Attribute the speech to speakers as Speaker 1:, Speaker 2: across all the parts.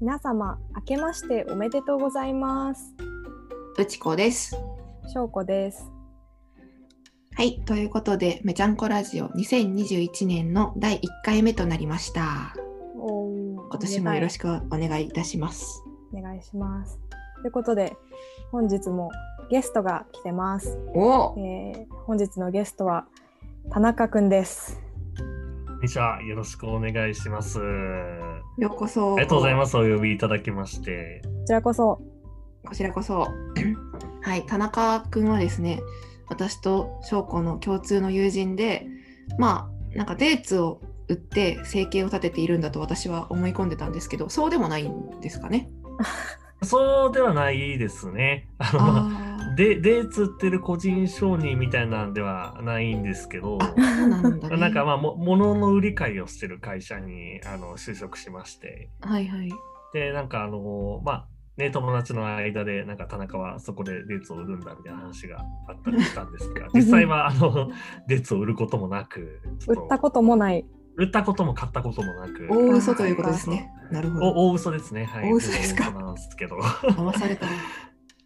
Speaker 1: 皆様明けましておめでとうございます
Speaker 2: うちこです。
Speaker 1: しょうこです
Speaker 2: はい、ということで、めちゃんこラジオ2021年の第1回目となりました。今
Speaker 1: 今
Speaker 2: 年もよろしくお願いいたします。
Speaker 1: お願いしますということで本日もゲストが来てます、
Speaker 2: お
Speaker 1: えー本日のゲストは田中くんです
Speaker 3: こんにちは。よろしくお願いします。あ
Speaker 2: ようこそ。。
Speaker 3: りがとうございますす。お呼びいただきまして。
Speaker 1: こちらこそ
Speaker 2: こちらこそ。 はい、田中くんはですね、私と翔子の共通の友人で、まあ、なんかデーツを売って生計を立てているんだと私は思い込んでたんですけど、そうでもないんですか ね。
Speaker 3: そうではないですね。あの
Speaker 2: あ
Speaker 3: で、で、釣ってる個人商人みたいなんではないんですけど、
Speaker 2: あ、そうなんだ、ね。
Speaker 3: なんかまあ、も物の売り買いをしてる会社にあの就職しまして、
Speaker 2: はいはい。
Speaker 3: で、なんかあの、まあ、ね、友達の間で、なんか田中はそこでデーツを売るんだみたいな話があったりしたんですが、実際はあの、 デーツを売ることもなく、ちょ
Speaker 1: 売
Speaker 3: と
Speaker 1: ったこともない
Speaker 3: 売ったことも買ったこともなく、
Speaker 2: 大嘘ということですね。なるほど。
Speaker 3: お大嘘ですね。はい。
Speaker 2: 大嘘ですか
Speaker 3: 大嘘なんですけど。
Speaker 2: 騙された。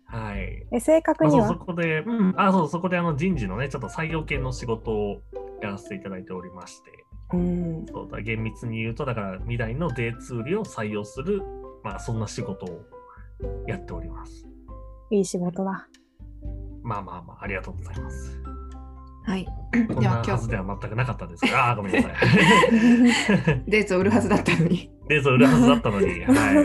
Speaker 3: はい。
Speaker 1: え正確
Speaker 3: まあ、
Speaker 1: に
Speaker 3: そうそ
Speaker 1: は
Speaker 3: こで、うん、あ、そう、そこであの人事のね、ちょっと採用系の仕事をやらせていただいておりまして、
Speaker 2: うん。
Speaker 3: そうだから厳密に言うと、だから未来のデーツ売りを採用する、まあ、そんな仕事をやっております。
Speaker 1: いい仕事だ
Speaker 3: まあまあまあ、ありがとうございます。
Speaker 2: はい。
Speaker 3: こん
Speaker 2: で
Speaker 3: な
Speaker 2: は今
Speaker 3: はず
Speaker 2: 日
Speaker 3: では全くなかったですが、あーごめんなさい。
Speaker 2: デーツを売るはずだったのに。
Speaker 3: デーツ売るはずだったのに、はい。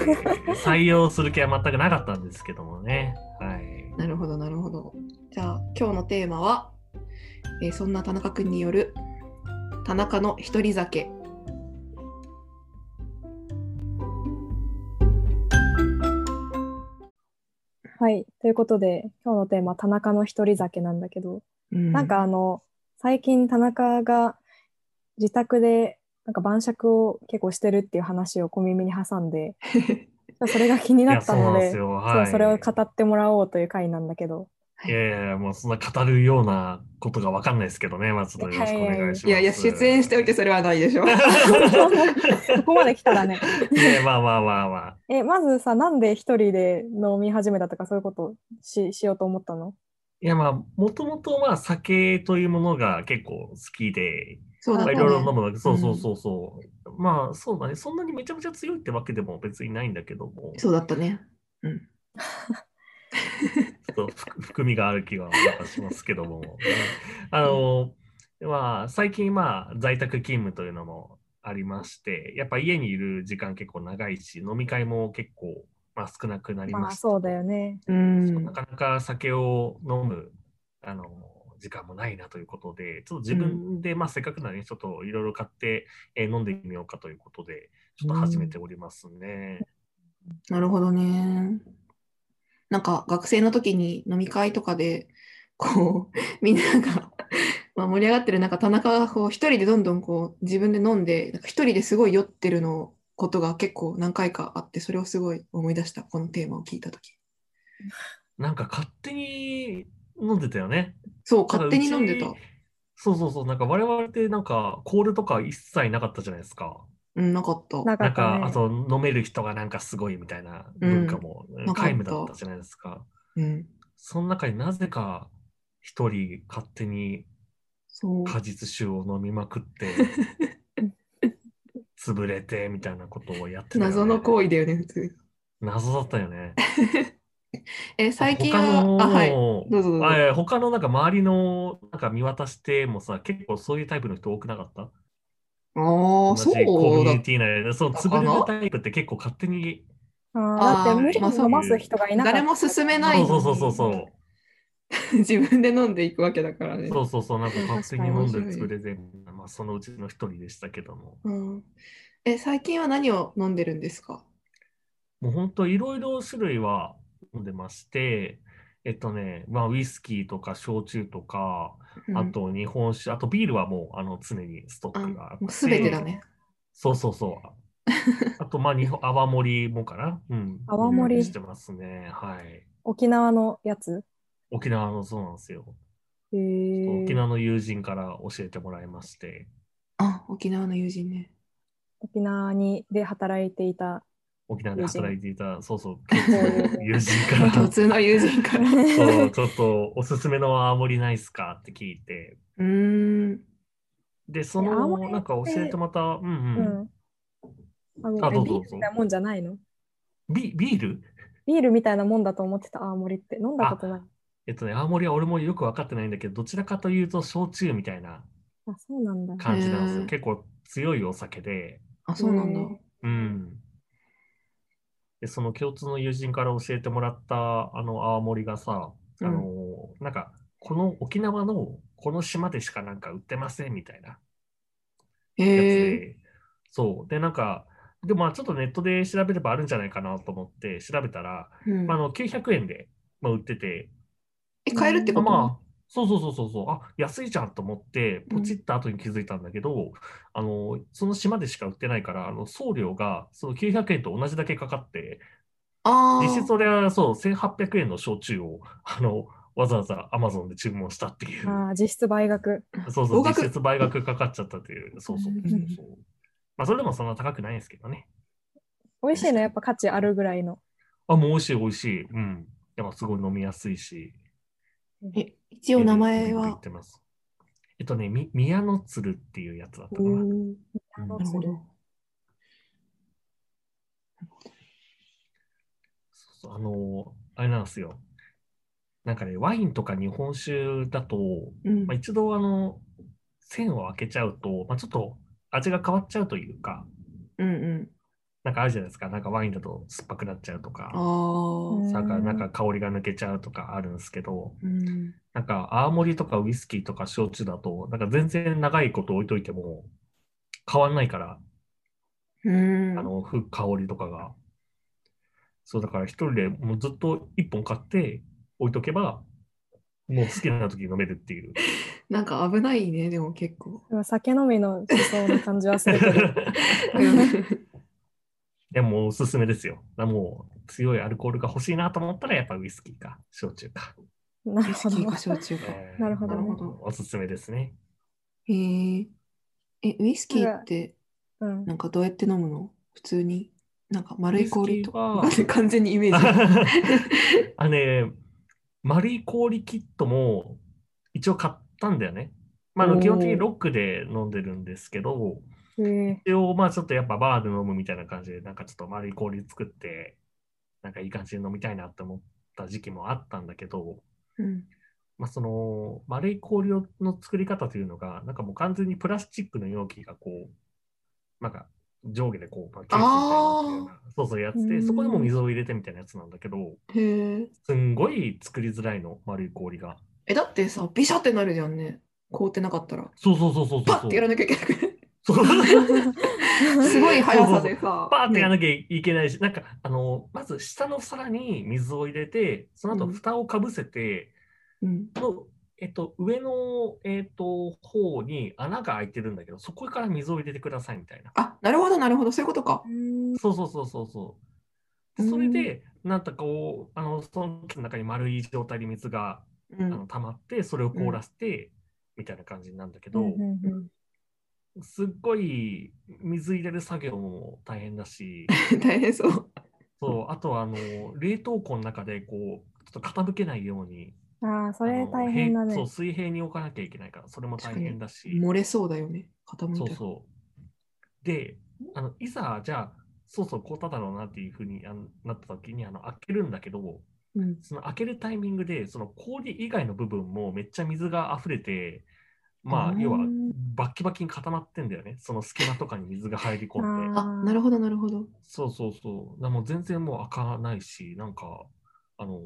Speaker 3: 採用する気は全くなかったんですけどもね。はい。
Speaker 2: なるほどなるほど。じゃあ今日のテーマは、えーそんな田中くんによる田中の一人酒。
Speaker 1: はいということで今日のテーマ田中の一人酒なんだけどなんかあの最近田中が自宅でなんか晩酌を結構してるっていう話を小耳に挟んでそれが気に
Speaker 3: い
Speaker 1: な
Speaker 3: や
Speaker 1: った
Speaker 3: そうな
Speaker 1: の
Speaker 3: ん
Speaker 1: です
Speaker 3: よ
Speaker 1: そ
Speaker 3: は
Speaker 1: う
Speaker 3: い、
Speaker 1: それを語ってもらおうという回なんだけど
Speaker 3: いやいやいや、もうそんな語るようなことがわかんないですけどね、まあちょっとよろしくお願いします。
Speaker 2: いやいや出演しておいてそれはないでしょ。
Speaker 1: そこまで来たらね
Speaker 3: いや、まあまあまあまあ。
Speaker 1: えまずさなんで一人で飲み始めたとかそういうことししようと思ったの
Speaker 3: いやまあ、もともとまあ酒というものが結構好きで、
Speaker 2: そうだ
Speaker 3: ま
Speaker 2: っ
Speaker 3: あ、
Speaker 2: たね
Speaker 3: いろいろ飲むわけ、そうそうそうそう。まあそうだね、そんなにめちゃめちゃ強いってわけでも別にないんだけども、ち
Speaker 2: そうだったね。うん。
Speaker 3: ょっと含含みがある気がなんかしますけども。あの、まあ最近まあ在宅勤務というのもありまして、やっぱ家にいる時間結構長いし、飲み会も結構まあ少なくなり
Speaker 1: ま
Speaker 3: ま
Speaker 1: あ
Speaker 3: した。
Speaker 1: そうだよね
Speaker 2: うん
Speaker 3: なかなか酒を飲むあの時間もないなということで、ちょっと自分で、まあ、せっかくなので、ちょっといろいろ買って、えー飲んでみようかということで、ちょっと始めておりますね。
Speaker 2: なるほどね。なんか学生の時に飲み会とかでこう みんながまあ盛り上がってる中田中がこう一人でどんどんこう自分で飲んでなんか一人ですごい酔ってるのことが結構何回かあってそれをすごい思い出したこのテーマを聞いた時
Speaker 3: なんか勝手に飲んでたよね。
Speaker 2: そう勝手に飲んで
Speaker 3: な
Speaker 2: た
Speaker 3: かうちそうそうそう、なんか我々ってなんかコールとか一切なかったじゃないですか。
Speaker 2: うんなかった
Speaker 1: なか
Speaker 3: なん
Speaker 1: った
Speaker 3: か、あ
Speaker 1: ね
Speaker 3: と飲める人がなんかすごいみたいな文化も、
Speaker 2: なかった
Speaker 3: 皆無だったじゃないですか。
Speaker 2: うん
Speaker 3: その中になぜか一人勝手に
Speaker 2: そう
Speaker 3: 果実酒を飲みまくって、 潰れてみたいなことをやってたよね、
Speaker 2: 謎の行為だよね普通
Speaker 3: 謎だったよね。
Speaker 2: え最近
Speaker 3: 他の、
Speaker 2: はあはいどうぞどうぞ
Speaker 3: あいや他のなんか周りのなんか見渡してもさ、結構そういうタイプの人多くなかった
Speaker 2: ああ
Speaker 3: 同じコ
Speaker 2: そう
Speaker 3: ミ
Speaker 2: だ
Speaker 3: ュニティ内で、そう、
Speaker 2: だった
Speaker 3: 潰
Speaker 2: かな
Speaker 3: れるタイプって結構勝手に、
Speaker 1: あーだって無理
Speaker 2: まあ
Speaker 1: に
Speaker 2: そう
Speaker 1: 飲ます人がいなかった
Speaker 2: 誰も勧めない
Speaker 3: そ
Speaker 2: の
Speaker 3: うそう
Speaker 2: に
Speaker 3: そうそうそう、
Speaker 2: 自分で飲んでいくわけだからね
Speaker 3: そうそうそう、なんか勝手に
Speaker 2: 確か
Speaker 3: 飲
Speaker 2: に
Speaker 3: んで
Speaker 2: 面白い
Speaker 3: 潰れて、まあ、そのうちの一人でしたけども。
Speaker 2: うん、え最近は何を飲んでるんですか
Speaker 3: もう本当いろいろ種類は飲んでまして、えっとね、まあ、ウイスキーとか焼酎とか、あ
Speaker 2: うん
Speaker 3: と日本酒、あとビールはもうあの常にストッ
Speaker 2: あ
Speaker 3: クがあって。
Speaker 2: もうすべてだね。
Speaker 3: そうそ うそう。あと、まあ、日本、泡盛もかな。うん。
Speaker 1: 泡
Speaker 2: 盛
Speaker 3: うんしてますね。はい。
Speaker 1: 沖縄のやつ
Speaker 3: 沖縄のそうなんですよ。
Speaker 1: へー
Speaker 3: 沖縄の友人から教えてもらいまして。
Speaker 2: あ沖縄の友人ね。
Speaker 1: 沖縄にで働いていた
Speaker 3: 沖縄で
Speaker 1: 友人
Speaker 3: 働いていた、そうそう、
Speaker 1: う
Speaker 3: 友人か
Speaker 2: 共
Speaker 3: ら、
Speaker 2: 通の友人から。 う
Speaker 3: そうちょっとおすすめの青森ないっすかって聞いて、
Speaker 2: ーん。
Speaker 3: で、そ
Speaker 1: いや青
Speaker 3: の、
Speaker 1: 森って
Speaker 3: なんか教えてまた、うんうん。
Speaker 1: うん。あの
Speaker 3: あど
Speaker 1: え
Speaker 3: うぞ
Speaker 1: ビールみたいなもんじゃないの
Speaker 3: ビビール
Speaker 1: ビールみたいなもんだと思ってた青森って飲んだことない。
Speaker 3: えっとね、青森は俺もよく分かってないんだけど、どちらかというと、焼酎みたいな
Speaker 1: あそうなんだ。
Speaker 3: 感じなんです
Speaker 2: へ
Speaker 3: よ。
Speaker 2: ー
Speaker 3: 結構強いお酒で、
Speaker 2: あ、そうなんだ。
Speaker 1: うん
Speaker 3: うん。で、その共通の友人から教えてもらった、あの、青森がさ、あの、なんか、この沖縄のこの島でしかなんか売ってませんみたいなやつ
Speaker 2: へえ。
Speaker 3: で、そう。で、なんか、でもまあちょっとネットで調べればあるんじゃないかなと思って調べたら、
Speaker 2: うん
Speaker 3: まあ、あの900円で、まあ、売ってて、
Speaker 2: え、買えるって
Speaker 3: あ
Speaker 2: こと
Speaker 3: まあ、そうそうそうそうそう、あ安いじゃんと思って、ポチった後に気づいたんだけど、あのその島でしか売ってないから、あの送料がその900円と同じだけかかって、
Speaker 2: ああ。
Speaker 3: 実質それはそう1800円の焼酎を あのわざわざ Amazon で注文したっていう、
Speaker 1: ああ、実質倍額。
Speaker 3: そうそう、
Speaker 2: 高額
Speaker 3: 実質倍額かかっちゃったっていう、そうそう
Speaker 2: うん
Speaker 3: そうそう。まあ、それでもそんな高くないんですけどね。
Speaker 1: 美味しいのやっぱ価値あるぐらいの。
Speaker 3: あ、もう美味しい、美味しい。うん。やっぱすごい飲みやすいし。
Speaker 2: え、一応名前
Speaker 3: 言っ
Speaker 2: は。
Speaker 3: てます。えっとね、み宮の鶴っていうやつだったか
Speaker 2: お
Speaker 3: な。
Speaker 2: ー
Speaker 3: うん
Speaker 1: な
Speaker 2: なるほど。
Speaker 3: そうそうあの、あれなんですよ。なんかね、ワインとか日本酒だと、
Speaker 2: うん
Speaker 3: まあ、一度あの、栓を開けちゃうと、まあ、ちょっと味が変わっちゃうというか、
Speaker 2: うんうん。
Speaker 3: なんかあるじゃないですか。なんかワインだと酸っぱくなっちゃうと
Speaker 2: あ
Speaker 3: か、
Speaker 2: あ。
Speaker 3: なんかなんか香りが抜けちゃうとかあるんですけど、
Speaker 2: うん。
Speaker 3: なんか青森とかウイスキーとか焼酎だと、なんか全然長いこと置いといても変わんないから、
Speaker 2: うん。
Speaker 3: あの、ふ香りとかが。そう、だから一人でもうずっと一本買って置いとけば、もう好きな時に飲めるっ ていう。
Speaker 2: なんか危ないね、でも結 構。
Speaker 1: でも酒飲みの思想の感じはするけど。
Speaker 3: でもおすすめですよ。だからもう強いアルコールが欲しいなと思ったら、やっぱウイスキーか、焼酎か。
Speaker 1: な
Speaker 2: ウ
Speaker 1: る
Speaker 2: イス
Speaker 1: ほ
Speaker 2: キ
Speaker 1: ど
Speaker 2: ー。か焼酎か。
Speaker 3: えー
Speaker 1: なるほどね
Speaker 3: なるほどおすすめですね。
Speaker 2: へえ。え、ウイスキーって
Speaker 1: うん
Speaker 2: なんかどうやって飲むの普通に。なんか丸い氷とか
Speaker 3: ウ イ。
Speaker 2: 完全にイメージ。
Speaker 3: あのね、丸い氷キットも一応買ったんだよね。まあ、あの
Speaker 1: おー
Speaker 3: 基本的にロックで飲んでるんですけど、
Speaker 1: へえ
Speaker 3: 一応、まあちょっとやっぱバーで飲むみたいな感じで、なんかちょっと丸い氷作って、なんかいい感じで飲みたいなって思った時期もあったんだけど、
Speaker 2: うん
Speaker 3: まあその丸い氷の作り方というのが、なんかもう完全にプラスチックの容器がこう、なんか上下でこう、まあ、ケースみたいになってるようなそうそうやつ
Speaker 1: う
Speaker 3: で、
Speaker 1: ん
Speaker 3: そこにも水を入れてみたいなやつなんだけど、
Speaker 2: へえ。
Speaker 3: すんごい作りづらいの、丸い氷が。
Speaker 2: え、だってさ、ビシャってなるじゃんね。凍ってなかったら。
Speaker 3: そうそうそうそうそう。
Speaker 2: パッてやらなきゃいけなくない
Speaker 3: そう
Speaker 2: すごい速さでさ。
Speaker 3: パーってやら
Speaker 2: ね
Speaker 3: なきゃいけないし、なんか、あの、まず下の皿に水を入れて、その後
Speaker 2: うん
Speaker 3: 蓋をかぶせて、
Speaker 2: うん。
Speaker 3: のえっと、上の、えっと、方に穴が開いてるんだけど、そこから水を入れてくださいみたいな。
Speaker 2: あ、なるほど、なるほど、そういうことか。
Speaker 1: うん
Speaker 3: そうそうそうそうそう。でそれで、なんとかこう、あの、その中に丸い状態で水が、
Speaker 2: う
Speaker 3: あ
Speaker 2: ん
Speaker 3: の、。溜まって、それを凍らせて、みたいな感じになるんだけ ど、
Speaker 1: うんうんうん
Speaker 3: すっごい水入れる作業も大変 だし、
Speaker 2: 大変そう。
Speaker 3: そう、あとはあの冷凍庫の中でこうちょっと傾けないように、
Speaker 1: ああ、そ
Speaker 3: あ
Speaker 1: れ
Speaker 3: の
Speaker 1: 大変だ
Speaker 3: 平そう
Speaker 1: ね。
Speaker 3: 水平に置かなきゃいけないから、それも大変だし、
Speaker 2: 漏れそうだよね。傾いた
Speaker 3: そう
Speaker 2: ら。
Speaker 3: そう。で、あのいざじゃあ、そうそう、こうただろうなっていうふうにあのなった時にあの開けるんだけど、
Speaker 2: うん。
Speaker 3: その開けるタイミングで、その氷以外の部分もめっちゃ水が溢れて、ま
Speaker 2: う
Speaker 3: あ、
Speaker 2: ん
Speaker 3: 要はバッキバキに固まってんだよね、その隙間とかに水が入り込 んで。
Speaker 1: あ
Speaker 2: あ、なるほど、なるほど。
Speaker 3: そうそうそう。なもう全然もう開かないし、なんか、あの、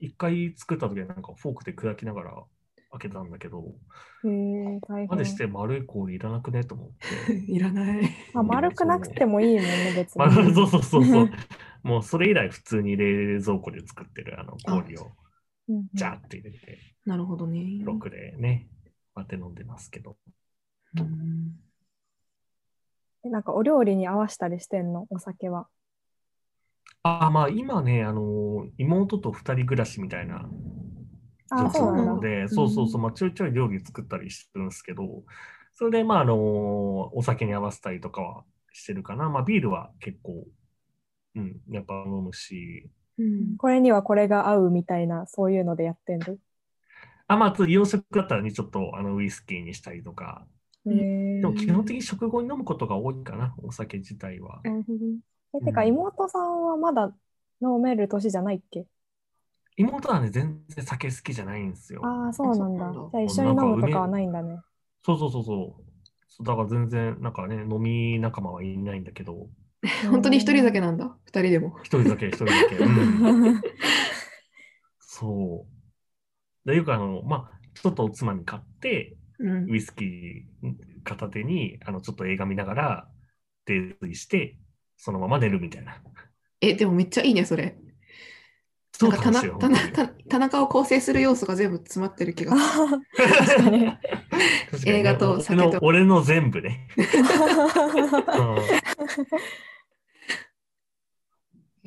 Speaker 3: 一回作った時はなんかフォークで砕きながら開けたんだけど、
Speaker 1: へえ大
Speaker 3: までし
Speaker 1: 変。
Speaker 3: て丸い氷いらなくねと思って。
Speaker 2: いらない。
Speaker 1: まあ、丸くなくてもいいもんね、 別
Speaker 3: まあ、そう
Speaker 1: に。
Speaker 3: そうそうそう。もうそれ以来普通に冷蔵庫で作ってるあの氷を
Speaker 1: うんうん
Speaker 3: ジャーって入れて、
Speaker 2: なるほどね。
Speaker 3: ロックでね、割って飲んでますけど。
Speaker 2: うん
Speaker 1: えなんかお料理に合わせたりしてんの、お酒は。
Speaker 3: あ、まあ今ね、あの、妹と二人暮らしみたいな
Speaker 1: ああ、
Speaker 2: そう
Speaker 1: そう
Speaker 2: な
Speaker 1: なんん
Speaker 2: だ
Speaker 1: だ
Speaker 3: の。で、
Speaker 2: ん
Speaker 3: そうそうそう、まあ、ちょいちょい料理作ったりしてるんですけど、それで、まあ、あのお酒に合わせたりとかはしてるかな。まあ、ビールは結構うん、やっぱ飲むし、
Speaker 2: うん。
Speaker 1: これにはこれが合うみたいな、そういうのでやってんの。
Speaker 3: あ、まあ、あと洋食だったらね、ちょっとあのウイスキーにしたりとか、
Speaker 1: へ
Speaker 2: ん
Speaker 1: ー
Speaker 3: でも基本的に食後に飲むことが多いかな、お酒自体は。
Speaker 1: なるほどねえ、て
Speaker 3: う
Speaker 1: か、
Speaker 3: ん
Speaker 1: 妹さんはまだ飲める年じゃないっけ
Speaker 3: 妹はね、全然酒好きじゃないんですよ。
Speaker 1: ああ、そうなんだ。
Speaker 2: あ
Speaker 1: じ
Speaker 2: そう
Speaker 1: ゃあ一緒に飲むとかはないんだね。
Speaker 3: そうそうそうそう。そうだから全然、なんかね、飲み仲間はいないんだけど、
Speaker 2: 本当に一人酒なんだ、二人でも。
Speaker 3: 一人だけ、一人だけ。うん
Speaker 1: うん
Speaker 3: そう。でよくあの、まあ、ちょっとおつまみ買って、
Speaker 2: うん
Speaker 3: ウイスキー片手に、あの、ちょっと映画見ながら、泥酔して、そのまま寝るみたいな。
Speaker 2: え、でもめっちゃいいね、それ。
Speaker 3: そう
Speaker 2: なんか田
Speaker 3: 楽しい
Speaker 2: 中
Speaker 3: よ。
Speaker 2: 田中田中を構成する要素が全部詰まってる気がする。
Speaker 1: 確かに。
Speaker 3: 本当に
Speaker 2: 映画と
Speaker 3: 確かにね
Speaker 2: 酒と
Speaker 3: 俺の俺の全部ね。うん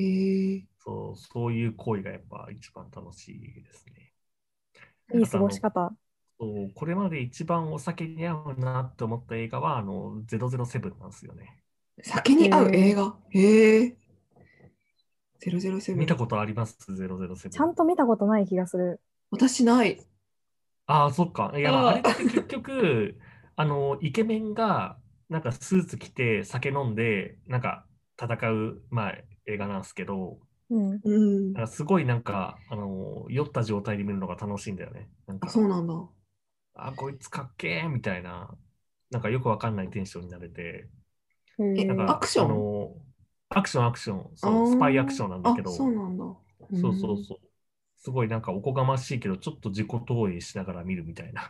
Speaker 2: へえ
Speaker 3: そう、そういう行為がやっぱ一番楽しいですね。
Speaker 1: いい過ごし方。
Speaker 3: そうこれまで一番お酒に合うなって思った映画は、あの、007なんですよね。
Speaker 2: 酒に合う
Speaker 1: へえ
Speaker 2: 映画。へえゼロゼロセブ
Speaker 3: 見
Speaker 2: ン
Speaker 3: た。ことあります、007。
Speaker 1: ちゃんと見たことない気がする。
Speaker 2: 私ない。
Speaker 3: ああ、そっか。いや、
Speaker 2: あ
Speaker 3: あ
Speaker 2: ー
Speaker 3: れって結局、あの、イケメンが、なんかスーツ着て、酒飲んで、なんか戦う、まあ、映画なんですけど、
Speaker 1: うん。
Speaker 2: うん
Speaker 3: なん。かすごいなんか、あの、酔った状態で見るのが楽しいんだよね。なん
Speaker 2: あ、
Speaker 3: か、
Speaker 2: そうなんだ。
Speaker 3: あ、こいつかっけーみたいな、なんかよくわかんないテンションになれて、
Speaker 1: へ
Speaker 2: え
Speaker 3: なん
Speaker 1: ー
Speaker 3: か、
Speaker 2: アクション
Speaker 3: あの、アクション、アクション、
Speaker 2: あ
Speaker 3: そ
Speaker 2: ー
Speaker 3: う、スパイアクションなんだ
Speaker 2: あ
Speaker 3: け、ど、
Speaker 2: そうなんだ。ん
Speaker 3: そうそうそう。すごいなんかおこがましいけど、ちょっと自己投影しながら見るみたいな。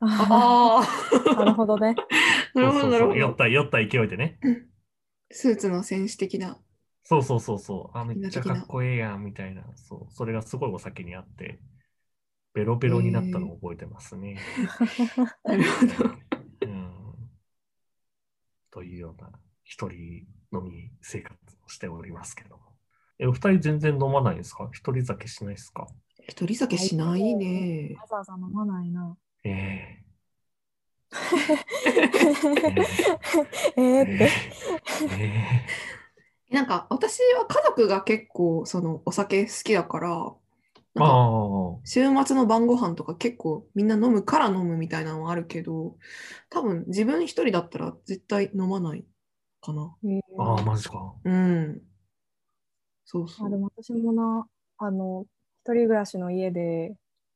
Speaker 1: あ
Speaker 2: あ
Speaker 1: ー なるほどね。
Speaker 2: あ、なるほ
Speaker 3: そ
Speaker 2: ど、なる
Speaker 3: うそうそ
Speaker 2: ほ
Speaker 3: う酔っ
Speaker 2: ど。
Speaker 3: た、酔った勢いでね。
Speaker 2: スーツの戦士的 な。
Speaker 3: そうそうそうそう。あ、めっちゃ
Speaker 2: 的な
Speaker 3: かっこええやん、みたいな。そう。それがすごいお酒にあって、ベロベロになったのを覚えてます ね。
Speaker 2: なるほど。
Speaker 3: うん。というような、一人飲み生活をしておりますけども。え、お二人全然飲まないんですか一人酒しないですか
Speaker 2: 一人酒しないね。
Speaker 1: わざわざ飲まない な。
Speaker 3: ええ
Speaker 1: えー
Speaker 3: ええ
Speaker 1: って。
Speaker 3: ええ
Speaker 2: なんか私は家族が結構そのお酒好きだから、 なんか
Speaker 3: ああ。
Speaker 2: 週末の晩ご飯とか結構みんな飲むから飲むみたいなのはあるけど、多分自分一人だったら絶対飲まないかな。
Speaker 3: ああ、マジか。
Speaker 2: うん。そうそ
Speaker 1: あで
Speaker 2: う。
Speaker 1: も私もな、あの、一人暮らしの家で、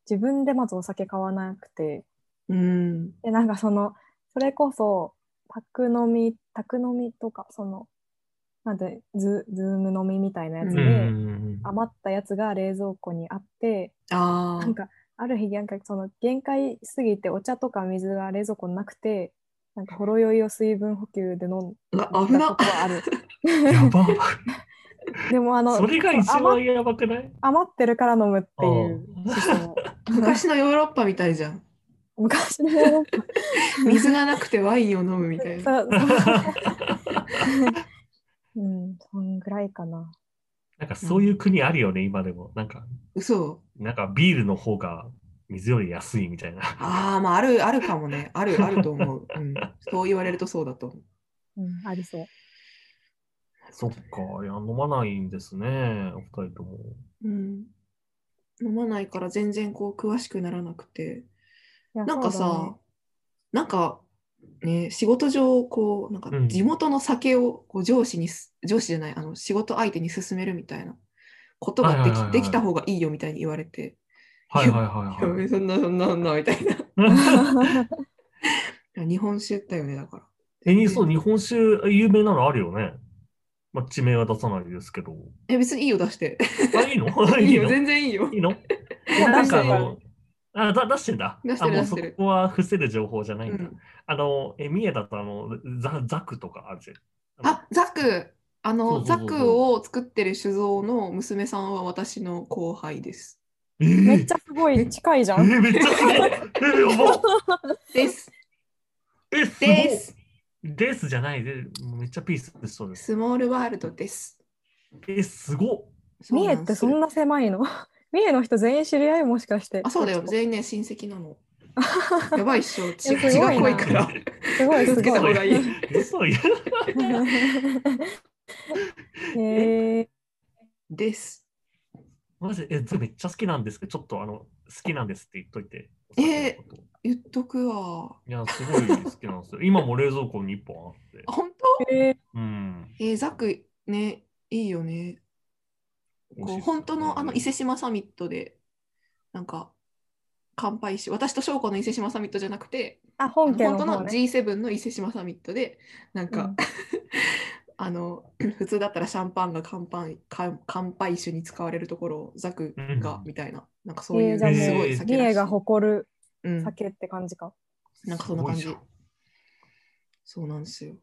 Speaker 1: 自分でまずお酒買わなくて、
Speaker 2: うん。
Speaker 1: で、なんかその、それこそ、宅飲み、宅飲みとか、その、なんて、ズズーム飲みみたいなやつ
Speaker 3: う
Speaker 1: で、
Speaker 3: ん。
Speaker 1: 余ったやつが冷蔵庫にあって、
Speaker 2: あ
Speaker 1: なんか、ある日、なんかその、限界すぎてお茶とか水が冷蔵庫になくて、なんか、ほろ酔いを水分補給で飲ん
Speaker 2: あ、
Speaker 1: だ
Speaker 2: あ危な
Speaker 1: こ。とはある。
Speaker 3: やば。
Speaker 1: でも、あの
Speaker 3: そ、れが一
Speaker 1: 余
Speaker 3: 番やばくない
Speaker 1: 余ってるから飲むっていううんシステム。
Speaker 2: 昔のヨーロッパみたいじゃん。
Speaker 1: 昔のヨーロッパ
Speaker 2: 水がなくてワインを飲むみたいな。
Speaker 1: そうそう。うん、そんぐらいかな。
Speaker 3: なんかそういう国あるよね、今でも。なんか、
Speaker 2: 嘘。
Speaker 3: なんかビールの方が水より安いみたいな。
Speaker 2: ああ、まあ、ある、あるかもね。ある、あると思う。うん。そう言われるとそうだと思う。
Speaker 1: うん、ありそう。
Speaker 3: そっか、いや、飲まないんですね、お二人とも。
Speaker 2: うん。飲まないから全然こう詳しくならなくて。
Speaker 1: いや
Speaker 2: なんか
Speaker 1: そうだね
Speaker 2: さ、なんかね、仕事上、こう、なんか
Speaker 3: うん
Speaker 2: 地元の酒をこう上司にす、上司じゃない、あの、仕事相手に勧めるみたいなことが
Speaker 3: はい
Speaker 2: で
Speaker 3: はいはい
Speaker 2: き
Speaker 3: はい
Speaker 2: できた方がいいよみたいに言われて、
Speaker 3: はいはいはいいは
Speaker 2: やそんな、そんな、そんな、みたいな。い
Speaker 3: い。
Speaker 2: や日本酒だよね、だから。
Speaker 3: え、にそう、日本酒有名なのあるよね。まあ、地名は出さないです けど。
Speaker 2: え、別にいいよ、出して。
Speaker 3: あ、 いいの
Speaker 2: い
Speaker 3: い
Speaker 2: い
Speaker 3: い
Speaker 2: よ、
Speaker 3: のい
Speaker 2: 全然いいよ。
Speaker 3: いの
Speaker 1: もう
Speaker 3: なん
Speaker 1: 出して
Speaker 3: か
Speaker 1: る
Speaker 3: あの、あ、だ出してんだ。
Speaker 2: 出してる
Speaker 3: あ、もう
Speaker 2: 出し
Speaker 3: そ
Speaker 2: てる
Speaker 3: こは伏せる情報じゃな
Speaker 2: う
Speaker 3: いんだ。
Speaker 2: ん、
Speaker 3: あの、え、三重だとあの、ザ、ザクとかあるじゃん。
Speaker 2: あ、ザク、あの、
Speaker 3: そうそうそうそう
Speaker 2: ザクを作ってる酒造の娘さんは私の後輩です。
Speaker 3: えー
Speaker 1: めっちゃすごい近いじゃ
Speaker 3: え
Speaker 1: ん。
Speaker 3: ーめっちゃすごい。えー、やば。
Speaker 2: です。
Speaker 3: え、すごい
Speaker 2: です。
Speaker 3: ですじゃないで、もうめっちゃピースそうです。
Speaker 2: スモールワールドです。
Speaker 3: え、すごっ。
Speaker 1: 三重ってそん
Speaker 2: な
Speaker 1: な狭いの 三重の人全員知り合いもしかして。
Speaker 2: あ、そうだよ。全員ね、親戚な の。やばいっしょ。血
Speaker 1: えす
Speaker 2: 血
Speaker 1: ご
Speaker 2: が
Speaker 1: いな
Speaker 2: 濃いから。
Speaker 1: すごい
Speaker 2: 気
Speaker 1: す
Speaker 2: をつけた
Speaker 1: ご
Speaker 2: 方
Speaker 1: い。
Speaker 2: がいい。
Speaker 3: 嘘言う。
Speaker 1: へ え。
Speaker 2: です。
Speaker 3: マジで、え、めっちゃ好きなんですけど、ちょっとあの、好きなんですって言っといて。
Speaker 2: え言っとくわ。
Speaker 3: いや、すごい好きなんですよ。今も冷蔵庫に1本あって
Speaker 2: あ。本
Speaker 1: へえ
Speaker 3: うん。
Speaker 2: 当えーザクね、いいよね。こ
Speaker 3: 美味しいで
Speaker 2: う
Speaker 3: す
Speaker 2: 本当のあの伊勢志
Speaker 3: ね
Speaker 2: 摩サミットで、なんか、乾杯し、私と翔子の伊勢志摩サミットじゃなくて、
Speaker 1: あ、本家
Speaker 2: 本
Speaker 1: の
Speaker 2: 当
Speaker 1: 方
Speaker 2: の
Speaker 1: ね。
Speaker 2: G7 の伊勢志摩サミットで、なんか、
Speaker 1: うん
Speaker 2: あの、 普通だったらシャンパンが乾杯乾乾杯酒に使われるところをザク
Speaker 3: う
Speaker 2: が
Speaker 3: ん
Speaker 2: みたいな、なんかそうい
Speaker 1: えー
Speaker 2: う
Speaker 1: じゃあもう
Speaker 2: すごい酒
Speaker 1: 三
Speaker 2: らしい
Speaker 1: 重が誇る
Speaker 2: うん
Speaker 1: 酒って感じか。
Speaker 2: なんかそんな感じ
Speaker 3: すごいゃ
Speaker 2: そうなんですよ。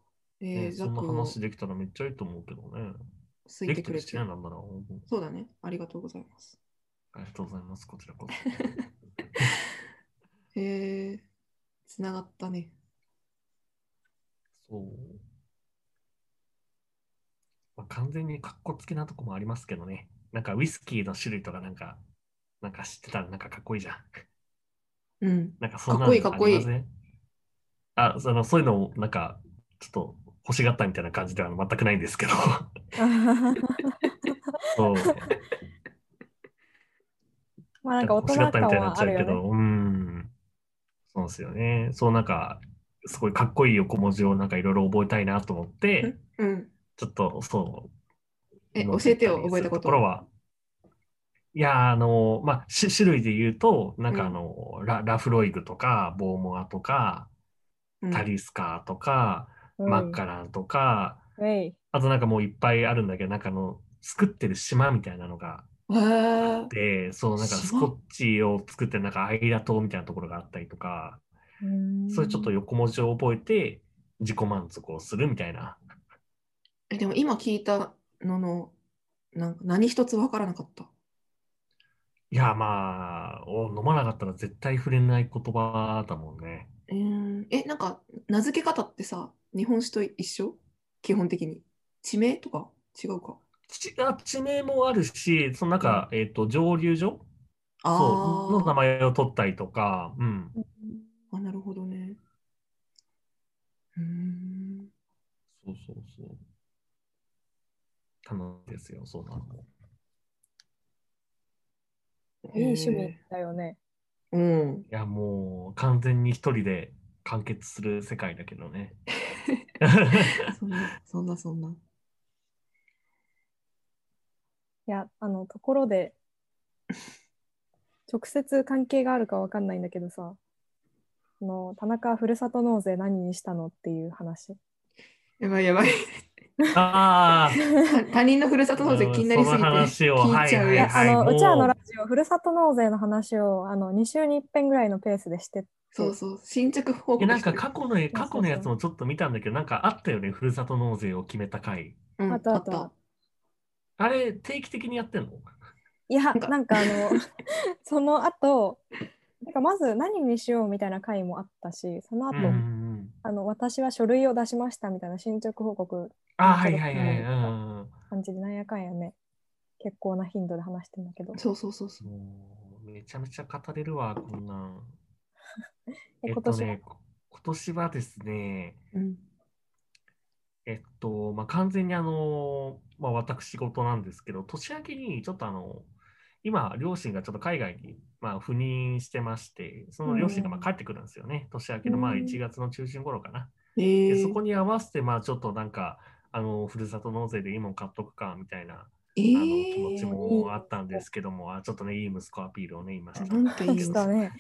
Speaker 2: え
Speaker 3: んね
Speaker 2: ー、ザ
Speaker 3: そんな
Speaker 2: クを
Speaker 3: 話できたらめっちゃいいと思うけどね。
Speaker 2: すい
Speaker 3: で
Speaker 2: て
Speaker 3: き
Speaker 2: く
Speaker 3: た
Speaker 2: れ
Speaker 3: りしてて。ないなんだろう。うん
Speaker 2: そうだね。ありがとうございます。
Speaker 3: ありがとうございます。こちらこ
Speaker 2: へえ、つながったね。
Speaker 3: そ。そう。まあ、完全にかっこつけなとこもありますけどね。なんかウイスキーの種類とかなんか、なんか知ってたらなんかかっこいいじゃん。
Speaker 2: うん。
Speaker 3: なんかそん
Speaker 2: かっ
Speaker 3: なの
Speaker 2: こいいかっこいい
Speaker 3: ありませんあ、その、そういうのをなんか、ちょっと欲しがったみたいな感じでは全くないん ですけど。そう。
Speaker 1: まあなんか大人感はあるよね。
Speaker 3: うん。そうですよね。そうなんか、すごいかっこいい横文字をなんかいろいろ覚えたいなと思って、
Speaker 2: うん。
Speaker 3: ちょっとそう。
Speaker 2: え
Speaker 3: 飲んで
Speaker 2: 教えてよ
Speaker 3: たり
Speaker 2: 覚えたこと
Speaker 3: するところは。いや、あの、まあ、し種類で言うと、なんかあの、ララフロイグとか、ボーモアとか、
Speaker 2: うん
Speaker 3: タリスカーとか、
Speaker 1: うん
Speaker 3: マッカランとか、
Speaker 1: えい
Speaker 3: あとなんかもういっぱいあるんだけど、なんかあの、作ってる島みたいなのが
Speaker 2: わー
Speaker 3: で、そう、なんかス
Speaker 2: 島
Speaker 3: コッチを作って、なんかアイラ島みたいなところがあったりとか、それちょっと横文字を覚えて、自己満足をするみたいな。
Speaker 2: えでも今聞いたのの、なんか何一つわからなかった。
Speaker 3: いや、まあ、お飲まなかったら絶対触れない言葉だもんね。
Speaker 2: えーえ、なんか名付け方ってさ、日本酒と一緒基本的に。地名とか違うか。
Speaker 3: ちあ地名もあるし、そのなんか、えっと、蒸留所
Speaker 2: あ
Speaker 3: そうの名
Speaker 2: ー
Speaker 3: 前を取ったりとか、うん。
Speaker 2: あ、なるほどね。うーん。
Speaker 3: そうそうそう。楽しいですよ、そうなのも。
Speaker 1: いい趣味だよね。
Speaker 2: うん。
Speaker 3: いや、もう完全に一人で完結する世界だけどね。
Speaker 2: そんな、そんな、そんな。
Speaker 1: いや、あの、ところで、 直接関係があるかわかんないんだけどさ、あの田中ふるさと納税何にしたのっていう話。
Speaker 2: やばいや ばい。
Speaker 3: あ
Speaker 2: 他他人のふるさと納税気になりすぎて
Speaker 3: その話を
Speaker 2: 聞いちゃ
Speaker 1: い
Speaker 2: うや
Speaker 3: は
Speaker 1: や
Speaker 2: つ。
Speaker 1: あの
Speaker 3: もう
Speaker 1: うちらのラジオふるさと納税の話をあの2週に1遍ぐらいのペースでして
Speaker 2: そうそう、新着報
Speaker 3: あ、
Speaker 2: 告
Speaker 3: なん
Speaker 2: して
Speaker 3: か
Speaker 2: る
Speaker 3: 過去の過去のやつもちょっと見たんだけど、なんかあったよね、ふるさと納税を決めた回。
Speaker 2: うん
Speaker 1: あったあった
Speaker 2: あっ
Speaker 3: あれ、定期的にやってんの
Speaker 1: いや
Speaker 2: んか
Speaker 1: なんかあの その後なんかまず何にしようみたいな回もあったしその
Speaker 3: う
Speaker 1: 後、
Speaker 3: んうんうん。
Speaker 1: あの私は書類を出しましたみたいな進捗報告
Speaker 3: あ、はいはいはい。うんうん
Speaker 1: 感じでなんやかんやね結構な頻度で話してんだけど
Speaker 2: たそうそうそうそ
Speaker 3: うん。もう、めちゃめちゃ語れるわ、こんなん。
Speaker 1: え
Speaker 3: えっ
Speaker 1: 今
Speaker 3: と
Speaker 1: 年は、
Speaker 3: ね、こ今年はですね、
Speaker 2: う。うん
Speaker 3: えっと、まあ、完全にあの、まあ、私事なんですけど、年明けにちょっとあの、今、両親がちょっと海外に、まあ、赴任してまして、その両親がまあ
Speaker 1: うん
Speaker 3: 帰ってくるんですよね。年明けのまあ
Speaker 1: うん
Speaker 3: 1月の中旬頃かな。
Speaker 2: え
Speaker 3: で
Speaker 2: ー、
Speaker 3: そこに合わせて、まあ、ちょっとなんか、あの、ふるさと納税でいいもん買っとくか、みたいな、
Speaker 2: え
Speaker 3: あ
Speaker 2: ー
Speaker 3: の、気持ちもあったんですけども、あちょっとね、いい息子アピールをね、今した。
Speaker 2: なんていい
Speaker 1: 来 たね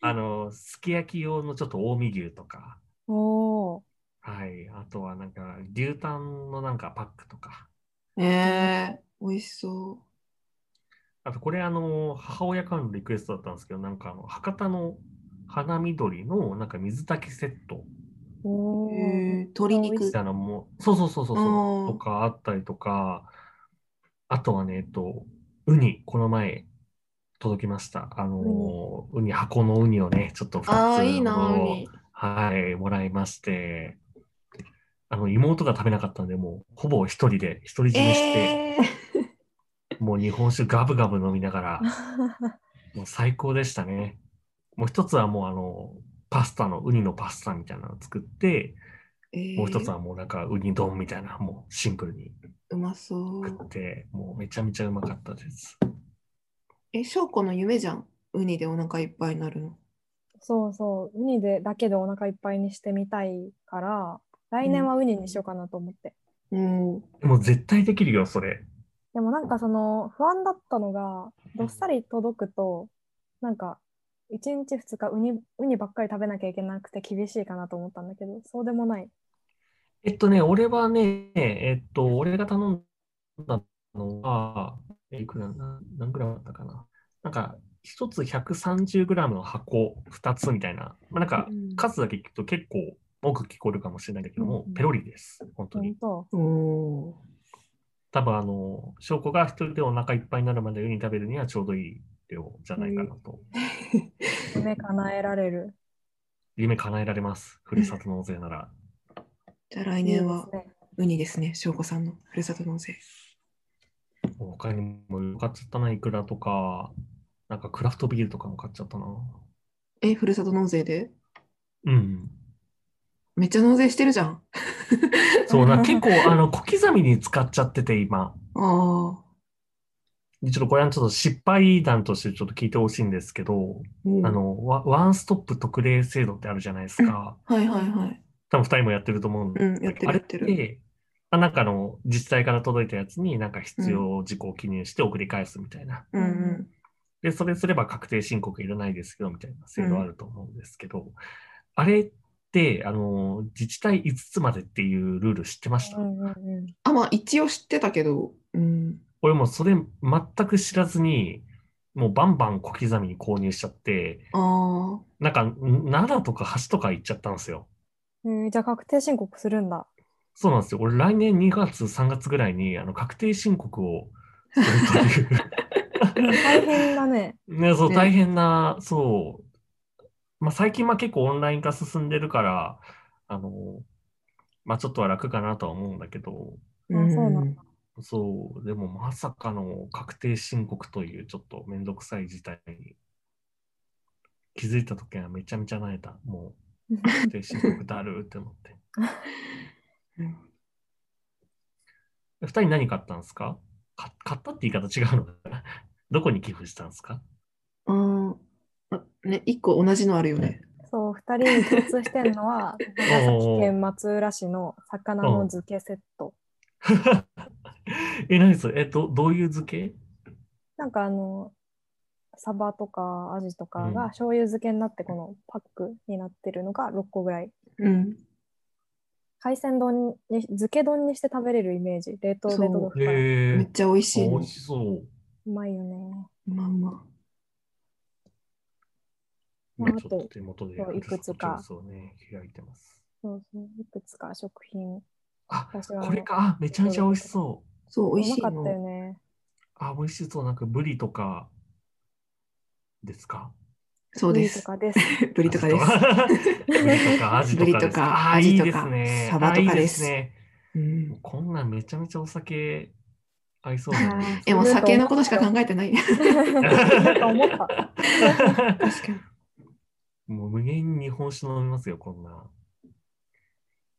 Speaker 3: あの、すき焼き用のちょっと近江牛とか、
Speaker 1: おー
Speaker 3: はい、あとはなんか、牛タンのなんかパックとか、
Speaker 2: えー、美味しそ
Speaker 3: あとこれあの母親からのリクエストだったんですけど、なんかあの博多の花緑のなんか水炊きセット
Speaker 2: う。
Speaker 1: お
Speaker 2: えー、
Speaker 1: ー
Speaker 2: 鶏
Speaker 3: み
Speaker 2: 肉。
Speaker 3: たいなのも、そうそうそうそう
Speaker 2: う
Speaker 3: そ
Speaker 2: ん
Speaker 3: う、とかあったりとか、あとはね、えっと、ウニ、この前届きました。あの、ウニ、箱のウニをね、ちょっと2つ
Speaker 2: ああ、いいな、ウ
Speaker 3: ほど
Speaker 2: ニ。
Speaker 3: はい、もらいまして、あの、妹が食べなかったんで、もうほぼ一人で、独り占めして、
Speaker 2: えー、
Speaker 3: もう日本酒ガブガブ飲みながら、もう最高でしたね。もう一つはもうあの、パスタの、ウニのパスタみたいなのを作って、
Speaker 2: えー
Speaker 3: もう一つはもうなんかウニ丼みたいな、もうシンプルに
Speaker 2: うまそう。
Speaker 3: 食って、もうめちゃめちゃうまかったです。
Speaker 2: え、翔子の夢じゃん。ウニでお腹いっぱいになるの。
Speaker 1: そうそう、ウニでだけでお腹いっぱいにしてみたいから、来年はウニにしようかなと思って。
Speaker 2: うん。
Speaker 3: もう絶対できるよ、それ。
Speaker 1: でもなんかその不安だったのが、どっさり届くと、なんか1日2日ウニウニばっかり食べなきゃいけなくて厳しいかなと思ったんだけど、そうでもない。
Speaker 3: えっとね、俺はね、えっと、俺が頼んだのは、えいくらな何グラムだったかな。なんか、一つ130グラムの箱、二つみたいな。まあ、なんか、数だけ聞くと結構多く聞こえるかもしれないんだけども
Speaker 2: うん、
Speaker 3: ペロリです、本当
Speaker 1: 本
Speaker 3: に。
Speaker 1: 当。
Speaker 2: おー
Speaker 3: 多分あの、証拠が一人でお腹いっぱいになるまでウニ食べるにはちょうどいい量じゃないかなと。
Speaker 1: 夢叶えられる。
Speaker 3: 夢叶えられます、ふるさと納税なら。
Speaker 2: じゃあ来
Speaker 1: 来
Speaker 2: 年はウニですね、翔子さんのふるさと納税。
Speaker 3: もう他にも買っちゃったな、いくらとか、なんかクラフトビールとかも買っちゃったな。
Speaker 2: え、ふるさと納税で
Speaker 3: うん。
Speaker 2: めっちゃ納税してるじゃん。
Speaker 3: そうな、結構あの小刻みに使っちゃってて、今。
Speaker 2: ああ。
Speaker 3: でちょっとこれはちょっと失敗談としてちょっと聞いてほしいんですけど、
Speaker 2: うん
Speaker 3: あのワ、ワンストップ特例制度ってあるじゃないですか。
Speaker 2: はいはいはい。
Speaker 3: 多分2人もやってると思うんで
Speaker 2: うん、やってるや
Speaker 3: あれっ
Speaker 2: ってる。
Speaker 3: て、あなんかあの自治体から届いたやつに、なんか必要事項を記入して送り返すみたいな。
Speaker 2: うんうん。
Speaker 3: で、それすれば確定申告いらないですよみたいな制度あると思うんですけど、あれってあの自治体5つまでっていうルール知ってました、
Speaker 1: うんうんうん。
Speaker 2: あ、まあ一応知ってたけど、うん。
Speaker 3: 俺もうそれ全く知らずに、もうバンバン小刻みに購入しちゃって、
Speaker 2: ああ。
Speaker 3: なんかん奈良とか橋とか行っちゃったんですよ。
Speaker 1: えーじゃあ確定申告するんだ。
Speaker 3: そうなんですよ。俺来年2月、3月ぐらいにあの確定申告をするという。
Speaker 1: 大変だね。
Speaker 3: ね、そう、
Speaker 2: ね
Speaker 3: 大変な、そう、まあ、最近は結構オンライン化進んでるから、あの、まあ、ちょっとは楽かなとは思うんだけど、
Speaker 1: あそうなんだ
Speaker 3: そう、でもまさかの確定申告というちょっとめんどくさい事態に気づいたときはめちゃめちゃ萎えた。もう、確定申告だるって思って。
Speaker 2: うん
Speaker 3: 二人何買ったんですかか買ったって言い方違うのかな どこに寄付したんですか
Speaker 2: うん。あね、一個同じのあるよね。
Speaker 1: そう、二人に共通してるのは、長崎県松浦市の魚の漬けセット。
Speaker 3: え、何それえ、どどういう漬け
Speaker 1: なんかあの、サバとかアジとか
Speaker 3: うん
Speaker 1: が醤油漬けになって、このパックになってるのが6個ぐらい。
Speaker 2: うん。
Speaker 1: 海鮮丼に、漬け丼にして食べれるイメージ。冷凍で
Speaker 2: そう
Speaker 1: 届くから。
Speaker 3: へ
Speaker 2: めっちゃ美味しい
Speaker 3: 美
Speaker 2: の
Speaker 3: 味。しそう。
Speaker 1: うまいよね。
Speaker 2: まあまあ。
Speaker 1: まあ
Speaker 3: 今ちょっ
Speaker 1: あ
Speaker 3: と
Speaker 1: と
Speaker 3: 手元で
Speaker 1: そういくつか
Speaker 3: そうね、開いてます。
Speaker 1: そうそう。いくつか食品。
Speaker 3: あ、
Speaker 1: 私はあの
Speaker 3: これか。あ、めちゃめちゃ美味しそう。
Speaker 2: そう、
Speaker 1: う
Speaker 2: 美味しい
Speaker 1: まかったよ
Speaker 2: の。
Speaker 1: ね。
Speaker 3: あ、美味しそう。なんかブリとかですか
Speaker 2: そうで
Speaker 1: いい
Speaker 2: す
Speaker 1: と。かです。
Speaker 2: ブリとかです。
Speaker 3: ブリとかアジと
Speaker 2: ブ
Speaker 3: かです。
Speaker 2: リとか
Speaker 3: あー、いい
Speaker 2: アジ
Speaker 3: で
Speaker 2: とか
Speaker 3: すね。
Speaker 2: サバとかです
Speaker 3: あーいいね。
Speaker 2: うん。
Speaker 3: こんなんめちゃめちゃお酒合いそうだね。
Speaker 2: え、もう
Speaker 1: さ
Speaker 2: 酒のことしか考えて ない。
Speaker 1: なんか思った。
Speaker 2: 確かに。
Speaker 3: もう無限に日本酒飲みますよ、こんな。い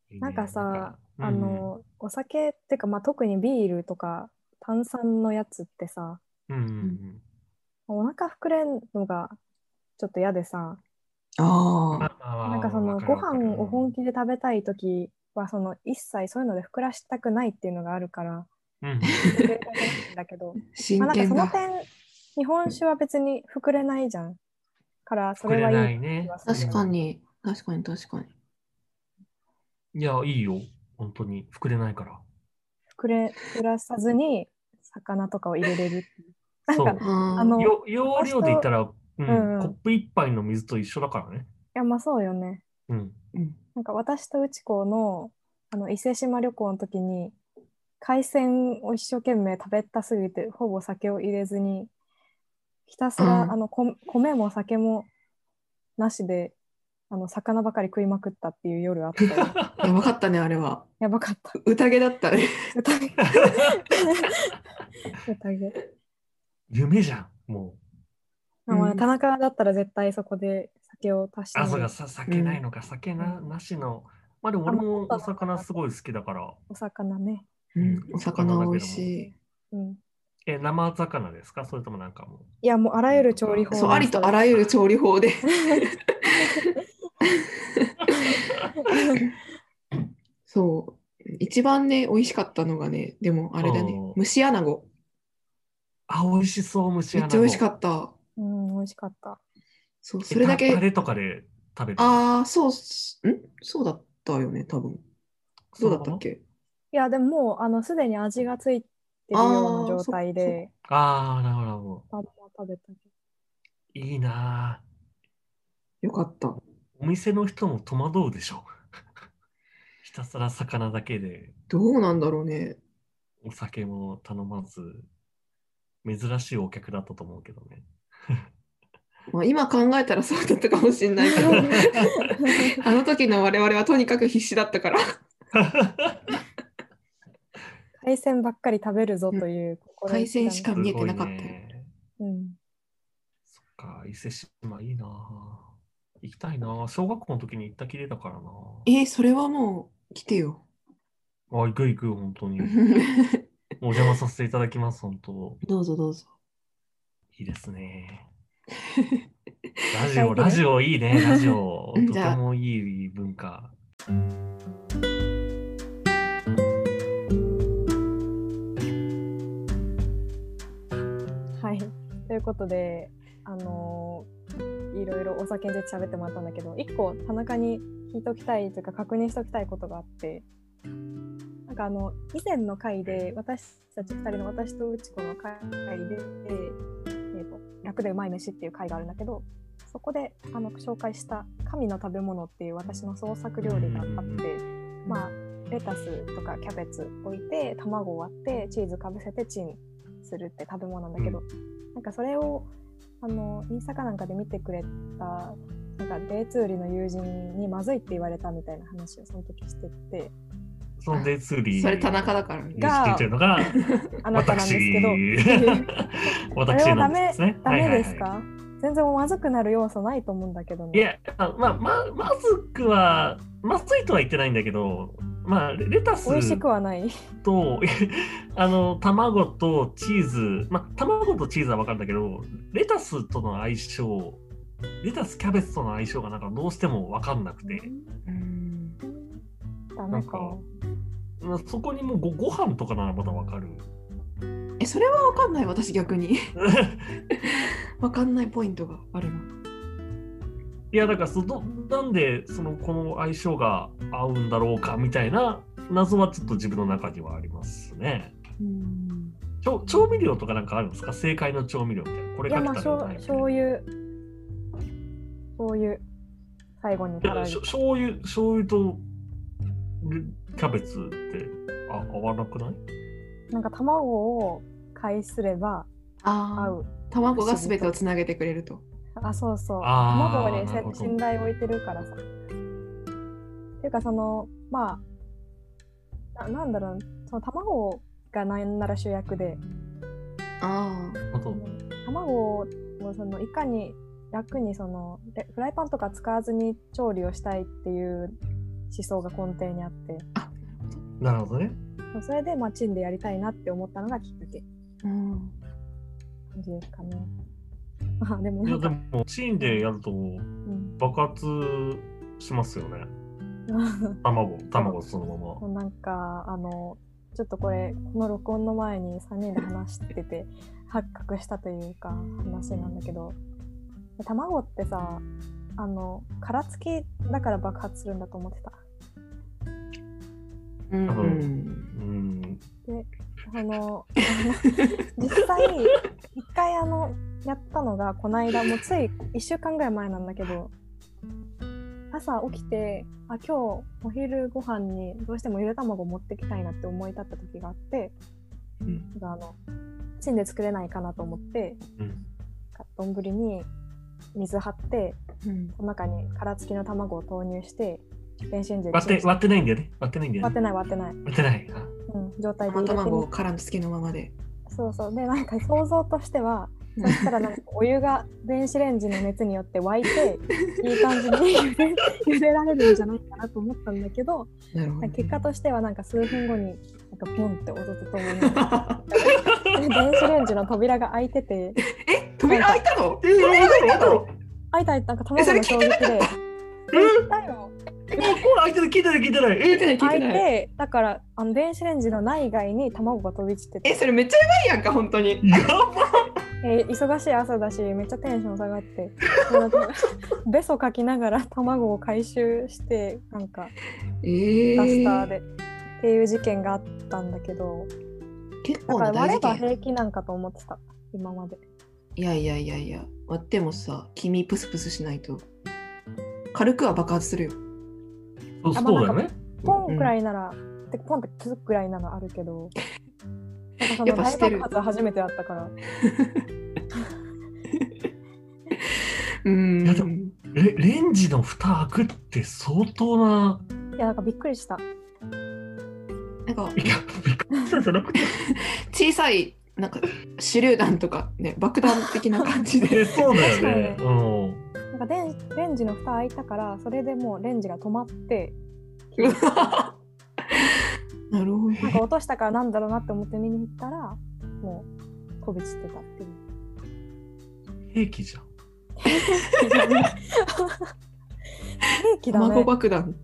Speaker 3: いね
Speaker 1: なんかさ
Speaker 3: な
Speaker 1: あ
Speaker 3: んか
Speaker 1: の、お酒っていうか、まあ、特にビールとか炭酸のやつってさ
Speaker 3: うんうんうん
Speaker 1: お腹膨れんのがちょっと嫌でさ
Speaker 3: うん、
Speaker 2: あ
Speaker 3: ま
Speaker 2: あ。
Speaker 3: あまあまあ
Speaker 1: なんかその
Speaker 3: わ
Speaker 1: ご
Speaker 3: るわる
Speaker 1: 飯を本気で食べたい時はその一切そういうので膨らしたくないっていうのがあるから
Speaker 3: うんうん
Speaker 1: 膨れたくないんだけど
Speaker 2: 真
Speaker 1: まあなんか
Speaker 2: 剣
Speaker 1: その
Speaker 2: だ。
Speaker 1: 点日本酒は別に膨れないじゃんからそ
Speaker 3: く
Speaker 1: れ
Speaker 3: れ
Speaker 1: は
Speaker 3: ない
Speaker 1: い
Speaker 3: いね。
Speaker 1: 気がする
Speaker 2: 確かに。確かに、確かに。
Speaker 3: いや、いいよ。本当に。膨れないから。
Speaker 1: 膨れ膨らさずに魚とかを入れれる
Speaker 3: そう。
Speaker 1: なん
Speaker 2: あ
Speaker 1: あの
Speaker 3: よ容量で言ったら、うん
Speaker 1: うん
Speaker 3: コップ一杯の水と一緒だからね。
Speaker 1: いやまあそうよね
Speaker 3: うん。
Speaker 2: うん
Speaker 1: なんか私と内子のあの伊勢志摩旅行の時に海鮮を一生懸命食べたすぎてほぼ酒を入れずにひたすら、
Speaker 2: うん
Speaker 1: あのこ米も酒もなしであの魚ばかり食いまくったっていう夜あったよ
Speaker 2: やばかったね、あれは。
Speaker 1: やばかった
Speaker 2: 宴だったね。
Speaker 1: 宴宴
Speaker 3: 夢じゃん。も
Speaker 1: ま
Speaker 3: う。
Speaker 1: あま
Speaker 2: う
Speaker 1: あ
Speaker 2: ん
Speaker 1: 田中だったら絶対そこで酒を足して
Speaker 3: あ、そうか、さ酒ないのか、酒ななしのまあでも俺もお魚すごい好きだから、
Speaker 1: お魚ね。
Speaker 2: うん、お魚美味しい。
Speaker 1: うん。
Speaker 3: え、生魚ですかそれともなんかも
Speaker 1: いや、もうあらゆる調理法
Speaker 2: そう、ありとあら
Speaker 1: ゆ
Speaker 2: ゆる調理法で。 そう。一番ね、美味しかったのがね、でもあれだね
Speaker 3: おー、
Speaker 2: 蒸し穴子。
Speaker 3: あ、美味しそう、蒸し
Speaker 2: め
Speaker 3: 穴
Speaker 2: っ
Speaker 3: 子。
Speaker 2: ちゃ美味しか
Speaker 3: った。
Speaker 2: った。
Speaker 1: る。うん、美味しかった。
Speaker 2: そう、それだけ
Speaker 3: タ。レとかで食べる。
Speaker 2: ああ、そうっす、んそうだったよね、多分。どうだったっけ
Speaker 1: いや、でももう、あの、すでに味がついてるような状態で、
Speaker 3: ああ、なるほどなるほど。
Speaker 1: パンパン食べたけど。
Speaker 3: いいなぁ
Speaker 2: よかった。
Speaker 3: お店の人も戸惑うでしょ。ひたすら魚だけで、
Speaker 2: どうなんだろうね。
Speaker 3: お酒も頼まず、珍しいお客だったと思うけどね。
Speaker 2: まあ、今考えたらそうだったかもしれない けど、あの時の我々はとにかく必死だった から、
Speaker 1: 海鮮ばっかり食べるぞという心意
Speaker 2: 海
Speaker 1: 気だね
Speaker 2: 鮮しか見えてなかった
Speaker 3: すごい
Speaker 2: よ。
Speaker 3: ね
Speaker 1: うん。
Speaker 3: そっか、伊勢志摩いいなぁ行きたいなぁ小学校の時に行ったきりだからなぁ
Speaker 2: えーそれはもう来てよ。
Speaker 3: あ、行く行く、本当に。もうお邪魔させていただきます、本当。
Speaker 2: どうぞどうぞ。
Speaker 3: いいで すね。ラジオ、ラジオいいね、ラジオ。
Speaker 2: うん
Speaker 3: と
Speaker 2: じ
Speaker 3: て
Speaker 2: ゃあ
Speaker 3: もいい文化。
Speaker 1: はい。ということで、あのーいろいろお酒で喋ってもらったんだけど、一個田中に聞いときたいというか確認しておきたいことがあって、なんかあの以前の回で私たち二人の私とうち子の回で、えーと楽でうまい飯っていう回があるんだけど、そこであの紹介した神の食べ物っていう私の創作料理があって、まあレタスとかキャベツ置いて卵を割ってチーズかぶせてチンするって食べ物なんだけど、なんかそれをあのインスタかなんかで見てくれたなんかデイツーリの友人にまずいって言われたみたいな話をその時してて
Speaker 3: そのデイツーリー。
Speaker 2: それ田中だからね。
Speaker 3: が。仕切ってるのが、
Speaker 1: あなたなん
Speaker 3: 私
Speaker 1: ですけど
Speaker 3: 私なんですね。
Speaker 1: ダメですか、
Speaker 3: はいはいは
Speaker 1: 全然まずくなる要素ないと思うんだけど
Speaker 3: い、い
Speaker 1: ね。
Speaker 3: や、あまあ、ま、まずくは、まずいとは言ってないんだけど、まあ、レレタス
Speaker 1: 美味しくはない。
Speaker 3: と、 あの、卵とチーズ、まあ、卵とチーズは分かるんだけど、レタスとの相性、レタス、キャベツとの相性がなんかどうしても分かんなくて、
Speaker 2: うん
Speaker 1: ダメか。
Speaker 3: なんまあそこにもうごご飯とかならまだ分かる。
Speaker 2: え、それはわかんない、私逆に。 わかんないポイントがあるな。
Speaker 3: いやだからそどなんでそのこの相性が合うんだろうかみたいな謎はちょっと自分の中にはありますね。
Speaker 2: うん
Speaker 3: 調調味料とかなんかあるんですか正解の調味料みたいな。これ
Speaker 1: いや
Speaker 3: かけ
Speaker 1: ま
Speaker 3: た
Speaker 1: あ
Speaker 3: らいい
Speaker 1: しょう
Speaker 3: みたい
Speaker 1: 醤
Speaker 3: な。
Speaker 1: 油醤油最後に
Speaker 3: いや
Speaker 1: 辛い
Speaker 3: しょ醤油醤油とルキャベツってあ合わなくない
Speaker 1: なんか卵を返すれば合
Speaker 2: ああ、
Speaker 1: う。
Speaker 2: 卵が全てをつなげてくれると。
Speaker 1: あそうそう
Speaker 3: あー
Speaker 1: 卵に
Speaker 3: なるほど
Speaker 1: 信頼を置いてるからさっていうかそのまあななんだろうその卵がなんなら主役で
Speaker 2: あ
Speaker 3: あと
Speaker 1: 卵をそのいかに楽にそのでフライパンとか使わずに調理をしたいっていう思想が根底にあって
Speaker 3: なるほどね。
Speaker 1: それでまあチンでやりたいなって思ったのがきっかけ
Speaker 2: あ、うん。
Speaker 1: 感じですかねまあでも
Speaker 3: い
Speaker 1: な
Speaker 3: や
Speaker 1: ん
Speaker 3: で
Speaker 1: か、
Speaker 3: もチーンでやると
Speaker 1: うん、
Speaker 3: 爆発しますよね。卵卵そのまま
Speaker 1: も。うなんかあのちょっとこれこの録音の前に3人で話してて発覚したというか話なんだけど卵ってさあの殻付きだから爆発するんだと思ってた
Speaker 2: うん
Speaker 3: 多分
Speaker 2: うん
Speaker 3: うん。
Speaker 1: あ の実際一回あのやったのがこの間もうつい1週間ぐらい前なんだけど朝起きてあ今日お昼ご飯にどうしてもゆで卵持ってきたいなって思い立った時があって
Speaker 2: うん
Speaker 1: あのチンで作れないかなと思って
Speaker 3: うん
Speaker 1: 丼に水張って
Speaker 2: うん
Speaker 1: その中に殻付きの卵を投入して電子レンジで
Speaker 3: 割っ
Speaker 1: チン
Speaker 3: て
Speaker 1: して
Speaker 3: 割ってないんだよね。割ってないんだよ
Speaker 1: 割っ
Speaker 3: ね。
Speaker 1: てない割ってない、
Speaker 3: 割ってない。
Speaker 1: うん、状態で入
Speaker 2: 生
Speaker 1: れてみ
Speaker 2: 卵を殻付きのままで。
Speaker 1: そうそうでなんか想像としてはそしたらなんかお湯が電子レンジの熱によって沸い ていい感じに 茹で茹でられるんじゃないかなと思ったんだけど
Speaker 2: なるほど、
Speaker 1: 結果としてはなんか数分後になんかポンって音とともに電子レンジの扉が開いてて
Speaker 2: え、扉開いたの
Speaker 3: えー
Speaker 2: 扉開い たの
Speaker 1: 開いたなんか卵
Speaker 2: えそれ
Speaker 1: の
Speaker 2: 聞
Speaker 1: 衝
Speaker 2: い
Speaker 1: 撃で
Speaker 2: てなかっ
Speaker 1: えだよ
Speaker 3: えもうコーラ開いてる聞いてない聞いてない。
Speaker 2: 聞い
Speaker 3: え
Speaker 2: てない聞いて
Speaker 1: 開い
Speaker 2: ない。
Speaker 1: てだからあの電子レンジの内外に卵が飛び散ってて
Speaker 2: え、それめっちゃやばいやんか、本当に。
Speaker 3: やば
Speaker 1: えー忙しい朝だしめっちゃテンション下がってなん かベソかきながら卵を回収してなんか
Speaker 2: え
Speaker 1: ダスター
Speaker 2: ー、
Speaker 1: で、っていう事件があったんだけど
Speaker 2: 結
Speaker 1: だ
Speaker 2: 構
Speaker 1: から
Speaker 2: な
Speaker 1: 割れ
Speaker 2: 大事
Speaker 1: ば
Speaker 2: 件。
Speaker 1: 平気なんかと思ってた今まで
Speaker 2: いやいやいやいや、割ってもさ、君プスプスしないと。軽くは爆発するよ。
Speaker 3: そうそうだよね。
Speaker 1: ポンくらいなら、でポンってつくくらいならあるけ どなんかそ
Speaker 2: や
Speaker 1: の
Speaker 2: っぱし
Speaker 1: 大
Speaker 2: てる
Speaker 1: 爆発は初めてだったから
Speaker 2: う
Speaker 3: いやで
Speaker 2: ん。
Speaker 3: えレンジの蓋開くって相当な。
Speaker 1: いやなんかびっくりした
Speaker 2: なんか、
Speaker 3: いやびっくりしたじゃなくて。
Speaker 2: 小さい、なんか、手榴弾とかね、爆弾的な感じ で。
Speaker 3: えそうだよね。
Speaker 1: 確
Speaker 3: うん。
Speaker 1: なんかレンレンジの蓋開いたからそれでもうレンジが止ま って
Speaker 2: うわなるほど。
Speaker 1: なんか落としたからなんだろうなって思って見に行ったらもう飛び散ってたってい う。
Speaker 3: 兵器じゃん。
Speaker 1: 兵器だ
Speaker 2: 卵
Speaker 1: ね。
Speaker 2: 爆弾。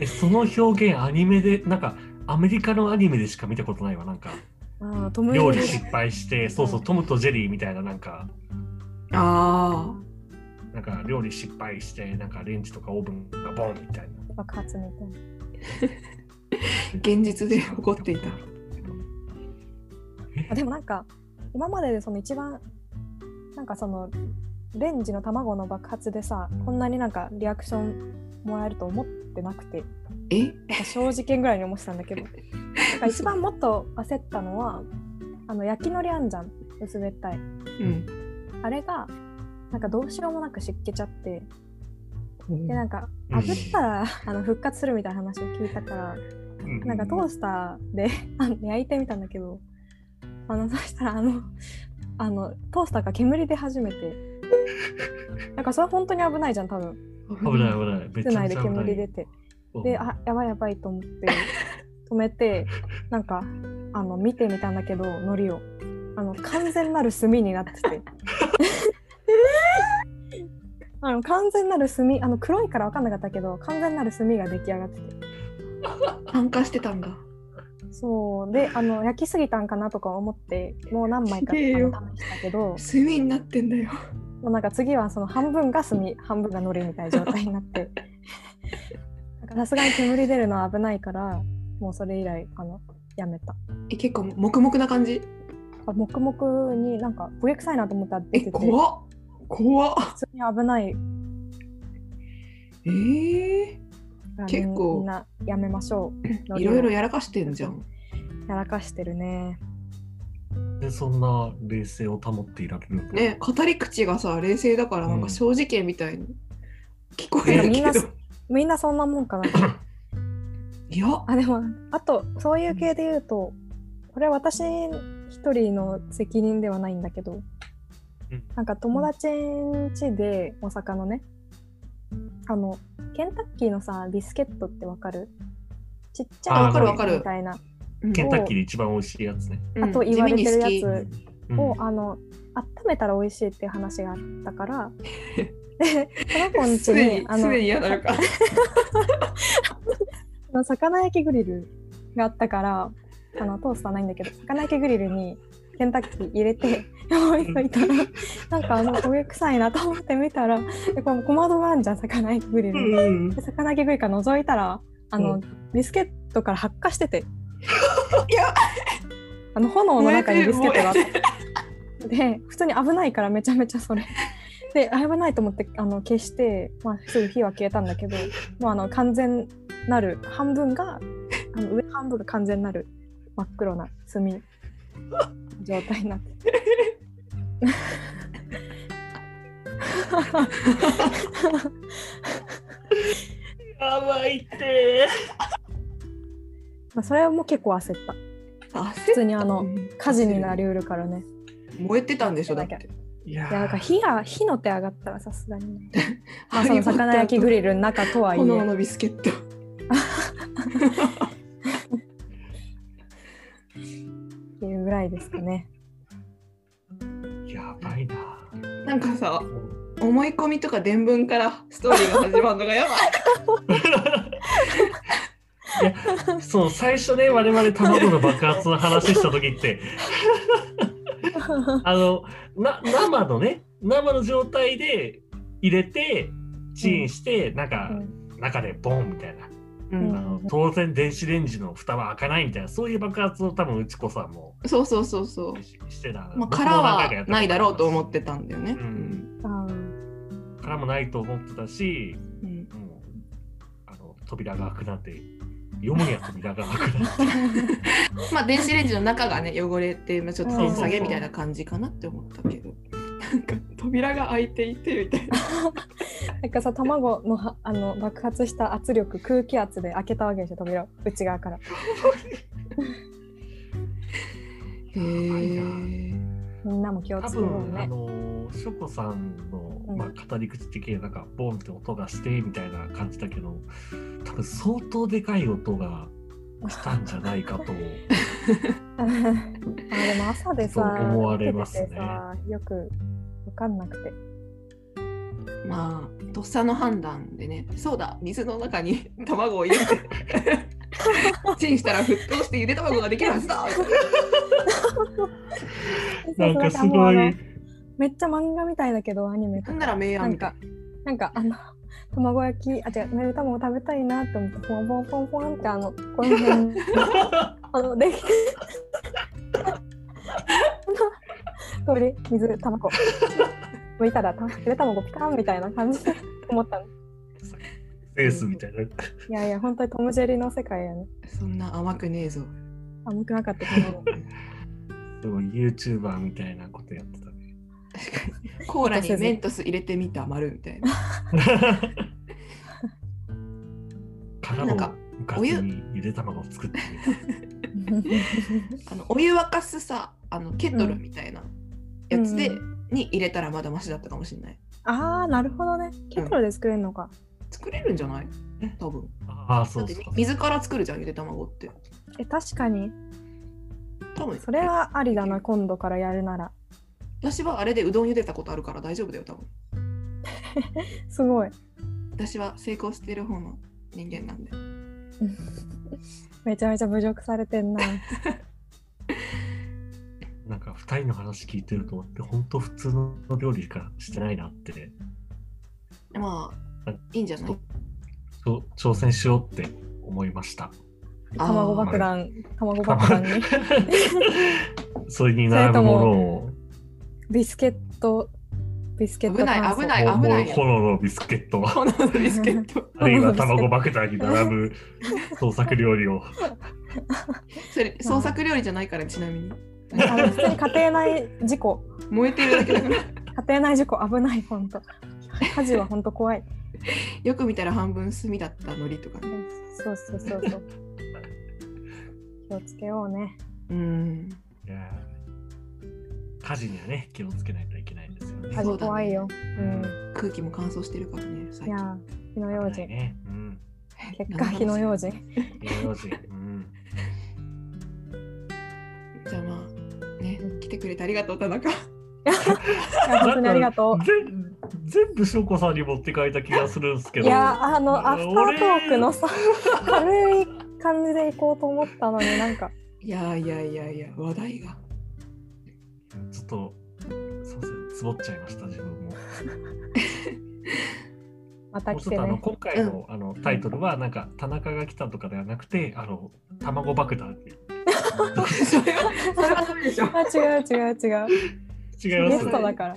Speaker 3: えその表現アニメでなんかアメリカのアニメでしか見たことないわなんか
Speaker 1: ああ、トム
Speaker 3: 料
Speaker 1: ヘ
Speaker 3: 理
Speaker 1: リ
Speaker 3: 失敗してそうそうトムとジェリーみたいななんか
Speaker 2: ああ。
Speaker 3: なんか料理失敗してなんかレンジとかオーブンがボンみたいな
Speaker 1: 爆発みたいな。
Speaker 2: 現実で起こっていた。
Speaker 1: あでもなんか今まででその一番なんかそのレンジの卵の爆発でさこんなになんかリアクションもらえると思ってなくて
Speaker 2: え
Speaker 1: なんか正直ぐらいに思ってたんだけどなんか一番もっと焦ったのはあの焼きのりあんじゃん薄べったい
Speaker 2: うん。
Speaker 1: あれがなんかどうしようもなく湿気ちゃってでなんか
Speaker 3: うん
Speaker 1: 炙ったら、あの復活するみたいな話を聞いたからなんかトースターで あの焼いてみたんだけどあのそしたらあのあのトースターが煙出始めてなんかそれ本当に危ないじゃん多分
Speaker 3: 危ない危ないめっ
Speaker 1: 室
Speaker 3: ちゃ
Speaker 1: 内
Speaker 3: めち
Speaker 1: で
Speaker 3: ゃ危ない
Speaker 1: 煙出て
Speaker 3: うん
Speaker 1: であやばいやばいと思って止めてなんかあの見てみたんだけど海苔をあの完全なる炭になって てあの完全なる炭あの黒いから分かんなかったけど完全なる炭が出来上がってて
Speaker 2: 参加してたんだ。
Speaker 1: そうであの焼きすぎたんかなとか思ってもう何枚かあ
Speaker 2: ひでえよ
Speaker 1: の試したけど
Speaker 2: 睡眠になってんだよ。
Speaker 1: もうなんか次はその半分が炭半分が海苔みたいな状態になってなんかさすがに煙出るのは危ないからもうそれ以来あのやめた
Speaker 2: え、結構黙々な感じ。
Speaker 1: あ黙々になんか焦げ臭いなと思ったら出て
Speaker 2: え、
Speaker 1: て
Speaker 2: 怖っ。怖っ。
Speaker 1: 普通に危ないか
Speaker 2: ええ
Speaker 1: ら
Speaker 2: 結構
Speaker 1: みんなやめましょう海苔を
Speaker 2: いろいろやらかしてんじゃん。
Speaker 1: やらかしてるね
Speaker 3: でそんな冷静を保っていられるの
Speaker 2: ね、語り口がさ、冷静だから、なんか正直みたいに。聞こえるけ
Speaker 1: いやみんな
Speaker 2: ど。
Speaker 1: みんなそんなもんかない
Speaker 2: や。
Speaker 1: あでもあとそういう系で言うとこれは私一人の責任ではないんだけど
Speaker 3: うん
Speaker 1: なんか友達ん家で大阪のねあのケンタッキーのさビスケットってわかるちっち
Speaker 3: あ
Speaker 1: ゃい
Speaker 3: わかる
Speaker 1: やつ
Speaker 3: わか
Speaker 2: る
Speaker 1: みたいなあ
Speaker 2: うん
Speaker 3: ケンタッキーで一番美味しいやつね、
Speaker 2: うん
Speaker 1: あと言われてるやつ
Speaker 2: 地味に好
Speaker 1: うん
Speaker 3: うん
Speaker 1: を、あの温めたら美味しいっていう話があったからでこの子ん
Speaker 2: き。
Speaker 1: 家
Speaker 2: すで
Speaker 1: に
Speaker 2: に、
Speaker 1: あ
Speaker 2: す
Speaker 1: の
Speaker 2: でに嫌なのか。
Speaker 1: あの魚焼きグリルがあったからあのトースターないんだけど魚焼きグリルにケンタッキー入れて置いといたらなんかあの焦げ臭いなと思って見たらでこの小窓があんじゃん魚焼きグリルに。
Speaker 2: うん。
Speaker 1: で魚焼きグリルから覗いたらあの、
Speaker 3: う
Speaker 1: ビスケットから発火してて
Speaker 2: いや。
Speaker 1: あの炎の中にビスケットがあっ
Speaker 2: 燃
Speaker 1: たで普通に危ないからめちゃめちゃそれで危ないと思ってあの消して、まあ、すぐ火は消えたんだけどもうあの完全なる半分があの上半分が完全なる真っ黒な炭状態になってて
Speaker 3: やばいって
Speaker 1: まあそれはもう結構焦った
Speaker 2: あ
Speaker 1: 普通にあの
Speaker 2: 焦っ
Speaker 1: 火事になりうるからね。
Speaker 2: 燃えてたんでしょだって。
Speaker 3: いや
Speaker 1: いや、なんか火が、火の手上がったらさすがにね。まあ、
Speaker 2: ハ
Speaker 1: そ
Speaker 2: リ
Speaker 1: の
Speaker 2: ーポッター
Speaker 1: 魚焼きグ
Speaker 2: と
Speaker 1: リルの中とはい
Speaker 2: 炎
Speaker 1: え。
Speaker 2: のビスケット。
Speaker 1: っていうぐらいですかね。
Speaker 3: やばいな。
Speaker 2: なんかさ、思い込みとか伝聞からストーリーが始まるのがやばい。
Speaker 3: そう、最初ね、我々卵の爆発の話した時 って、あの、な生のね、生の状態で入れて、チンして、なんか、中でボンみたいな。
Speaker 2: う
Speaker 3: あ
Speaker 2: ん、
Speaker 3: の当然、電子レンジの蓋は開かないみたいな、そういう爆発を多分、うち子さんも
Speaker 2: そうそうそうそう。
Speaker 3: してた。
Speaker 2: まあ、殻はないだろうと思ってたんだよね。
Speaker 3: うん
Speaker 1: あ
Speaker 3: 殻もないと思ってたし、
Speaker 2: うん
Speaker 3: もうあの扉が開くなんて読むには扉が開くな
Speaker 1: ー
Speaker 2: まあ電子レンジの中がね汚れて、まあ、ちょっと
Speaker 1: うん
Speaker 2: 下げみたいな感じかなって思ったけどなんか扉が開いていてみたいな
Speaker 1: なんかさ卵のはあの爆発した圧力空気圧で開けたわけでしょ扉を内側から。
Speaker 2: へえ
Speaker 1: みんなも気を
Speaker 3: 多
Speaker 1: つけよう
Speaker 3: 分、あ
Speaker 1: ね。
Speaker 3: のしょこさんの、
Speaker 1: うん
Speaker 3: まあ、語り口的になんかボンって音がしてみたいな感じだけど多分相当でかい音がしたんじゃな いかと
Speaker 1: あでも朝でさ
Speaker 3: そう思われますね
Speaker 1: 見ててさよく分かんなくて
Speaker 2: まあとっさの判断でねそうだ水の中に 卵を入れ てチンしたら沸騰してゆで卵ができるは ずだ
Speaker 3: なんかす
Speaker 1: そうそうもう
Speaker 3: ご
Speaker 1: あ
Speaker 3: い
Speaker 1: のめっちゃ漫画みたいだけどアニメと
Speaker 2: な
Speaker 1: か
Speaker 2: んなら明
Speaker 1: な
Speaker 2: 暗
Speaker 1: ん
Speaker 2: みたい
Speaker 1: かなんかあの卵焼きあ違うゆで卵食べたいなって思ってポンポンポンポンってあのこの辺にあのできて あの通り水卵剥いたらたゆで卵ピカンみたいな感じで思ったの
Speaker 3: フェイスみたいな。
Speaker 1: いやいや本当にトム・ジェリーの世界やね
Speaker 2: そんな甘くねえぞ
Speaker 1: 甘くなかった卵
Speaker 3: すごい YouTuber みたいなことやってた ね。
Speaker 2: コーラにメントス入れてみた丸みたいな
Speaker 3: 殻
Speaker 2: なん
Speaker 3: も
Speaker 2: か
Speaker 3: 浮かずにゆで卵を 作ってみた。
Speaker 2: あのお湯沸かすさあのケトルみたいなやつで、
Speaker 1: うんう
Speaker 2: に入れたらまだマシだったかもしれない
Speaker 1: ああ、なるほどね。ケトルで作れるのか。
Speaker 2: 作れるんじゃない多分
Speaker 3: ああ、そ
Speaker 2: だっ
Speaker 3: う
Speaker 2: て
Speaker 3: そう
Speaker 2: み。水から作るじゃんゆで卵って
Speaker 1: え、確かに。
Speaker 2: 多分
Speaker 1: それはありだな、今度からやるなら。
Speaker 2: 私はあれでうどん茹でたことあるから大丈夫だよ多分
Speaker 1: すごい。
Speaker 2: 私は成功してる方の人間なんで
Speaker 1: めちゃめちゃ侮辱されてんな。
Speaker 3: なんか2人の話聞いてると、本当普通の料理しかしてないなって、
Speaker 2: まあいいんじゃない
Speaker 3: ちょ挑戦しようって思い ました。
Speaker 1: 卵
Speaker 2: あー
Speaker 1: 爆弾、卵爆弾 に。
Speaker 3: それに並ぶものを、
Speaker 1: ビスケット、ビスケット
Speaker 2: 危ない危ない
Speaker 3: もう
Speaker 2: 危な
Speaker 3: も
Speaker 2: いう
Speaker 3: 炎のビスケッ ト、
Speaker 2: このビスケット
Speaker 3: あるいは卵爆弾に 並ぶ創作料理を。
Speaker 2: それ創作料理じゃないからちなみに
Speaker 1: あの普通に家庭内事故。
Speaker 2: 燃えてるだけだから
Speaker 1: 家庭内事故危ない、ほんと。火事はほんと怖い。
Speaker 2: よく見たら半分炭だった海苔とかね
Speaker 1: そうそうそうそう。気をつけようね。
Speaker 2: うん
Speaker 3: いやー火事にはね、気をつけないといけないですよね。
Speaker 1: 火
Speaker 2: そ
Speaker 1: 事
Speaker 2: うだね
Speaker 1: 怖いよ。
Speaker 2: 空気も乾燥してるからね最
Speaker 1: いやー、火
Speaker 2: 近
Speaker 1: の用
Speaker 3: 危ない
Speaker 1: 心。
Speaker 3: ね。うん。
Speaker 1: 結果、火の用心。
Speaker 3: 栄養士。うん。
Speaker 2: じゃあまあね来てくれてありがとう田中
Speaker 1: いや本当にありがとう。
Speaker 3: ぜ全部翔子さんに持って帰った気がするんですけ
Speaker 1: い
Speaker 3: ど。
Speaker 1: やあのアフタートークの
Speaker 3: 俺
Speaker 1: さ軽い感じでいこうと思ったのになんか
Speaker 2: いやいやいやいや話題が
Speaker 3: ちょっと、すいません、つぼっちゃいました、自分も。
Speaker 1: また
Speaker 3: もう
Speaker 1: 来
Speaker 3: ちょってとあの
Speaker 1: ね
Speaker 3: 今回の,、あのタイトルは、なんか、田中が来たとかではなくて、あの、卵爆弾って
Speaker 2: それはそれはダメでしょ
Speaker 1: あ違う違う違
Speaker 3: 違
Speaker 1: う
Speaker 3: い
Speaker 1: ゲ
Speaker 3: ます
Speaker 1: ス
Speaker 3: ね
Speaker 1: トだから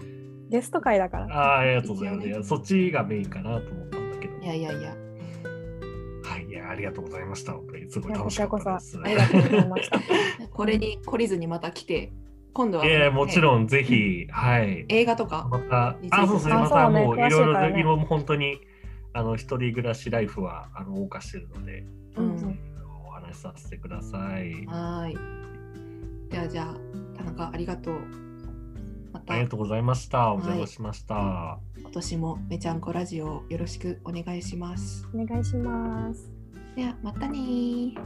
Speaker 1: ゲスト会だから
Speaker 3: ああ、ありがとうございますいや。そっちがメインかなと思ったんだけど。
Speaker 2: いやいやいや
Speaker 3: はい、いや、ありがとうございました。本当にすごい
Speaker 1: いや
Speaker 3: 楽
Speaker 1: こ
Speaker 3: し
Speaker 1: ち
Speaker 3: からっ
Speaker 1: こそ
Speaker 3: た
Speaker 1: あ
Speaker 3: です。
Speaker 1: りがとうございま した
Speaker 2: これに懲りずにまた来て今度は、
Speaker 3: いやいや、もち
Speaker 2: ん
Speaker 3: ろん、ぜひ、はい。
Speaker 2: 映画とか
Speaker 3: また
Speaker 2: い、つ
Speaker 3: あ、そうですね、
Speaker 1: あ
Speaker 3: また
Speaker 1: そうね
Speaker 3: もういろい
Speaker 1: 詳しいから
Speaker 3: ろ、
Speaker 1: ね
Speaker 3: いろも本当に、あの、一人暮らしライフは、あの、謳歌してるので、
Speaker 2: うん
Speaker 1: うん
Speaker 3: お話しさせてください。
Speaker 2: はーいではじゃあ、田中ありがとう。ま
Speaker 3: あ
Speaker 2: た
Speaker 3: りがとうございました。
Speaker 2: い
Speaker 3: お邪魔しました。
Speaker 2: 今年もめちゃんこラジオをよろしくお願いします。
Speaker 1: お願いします。
Speaker 2: ではまたねー。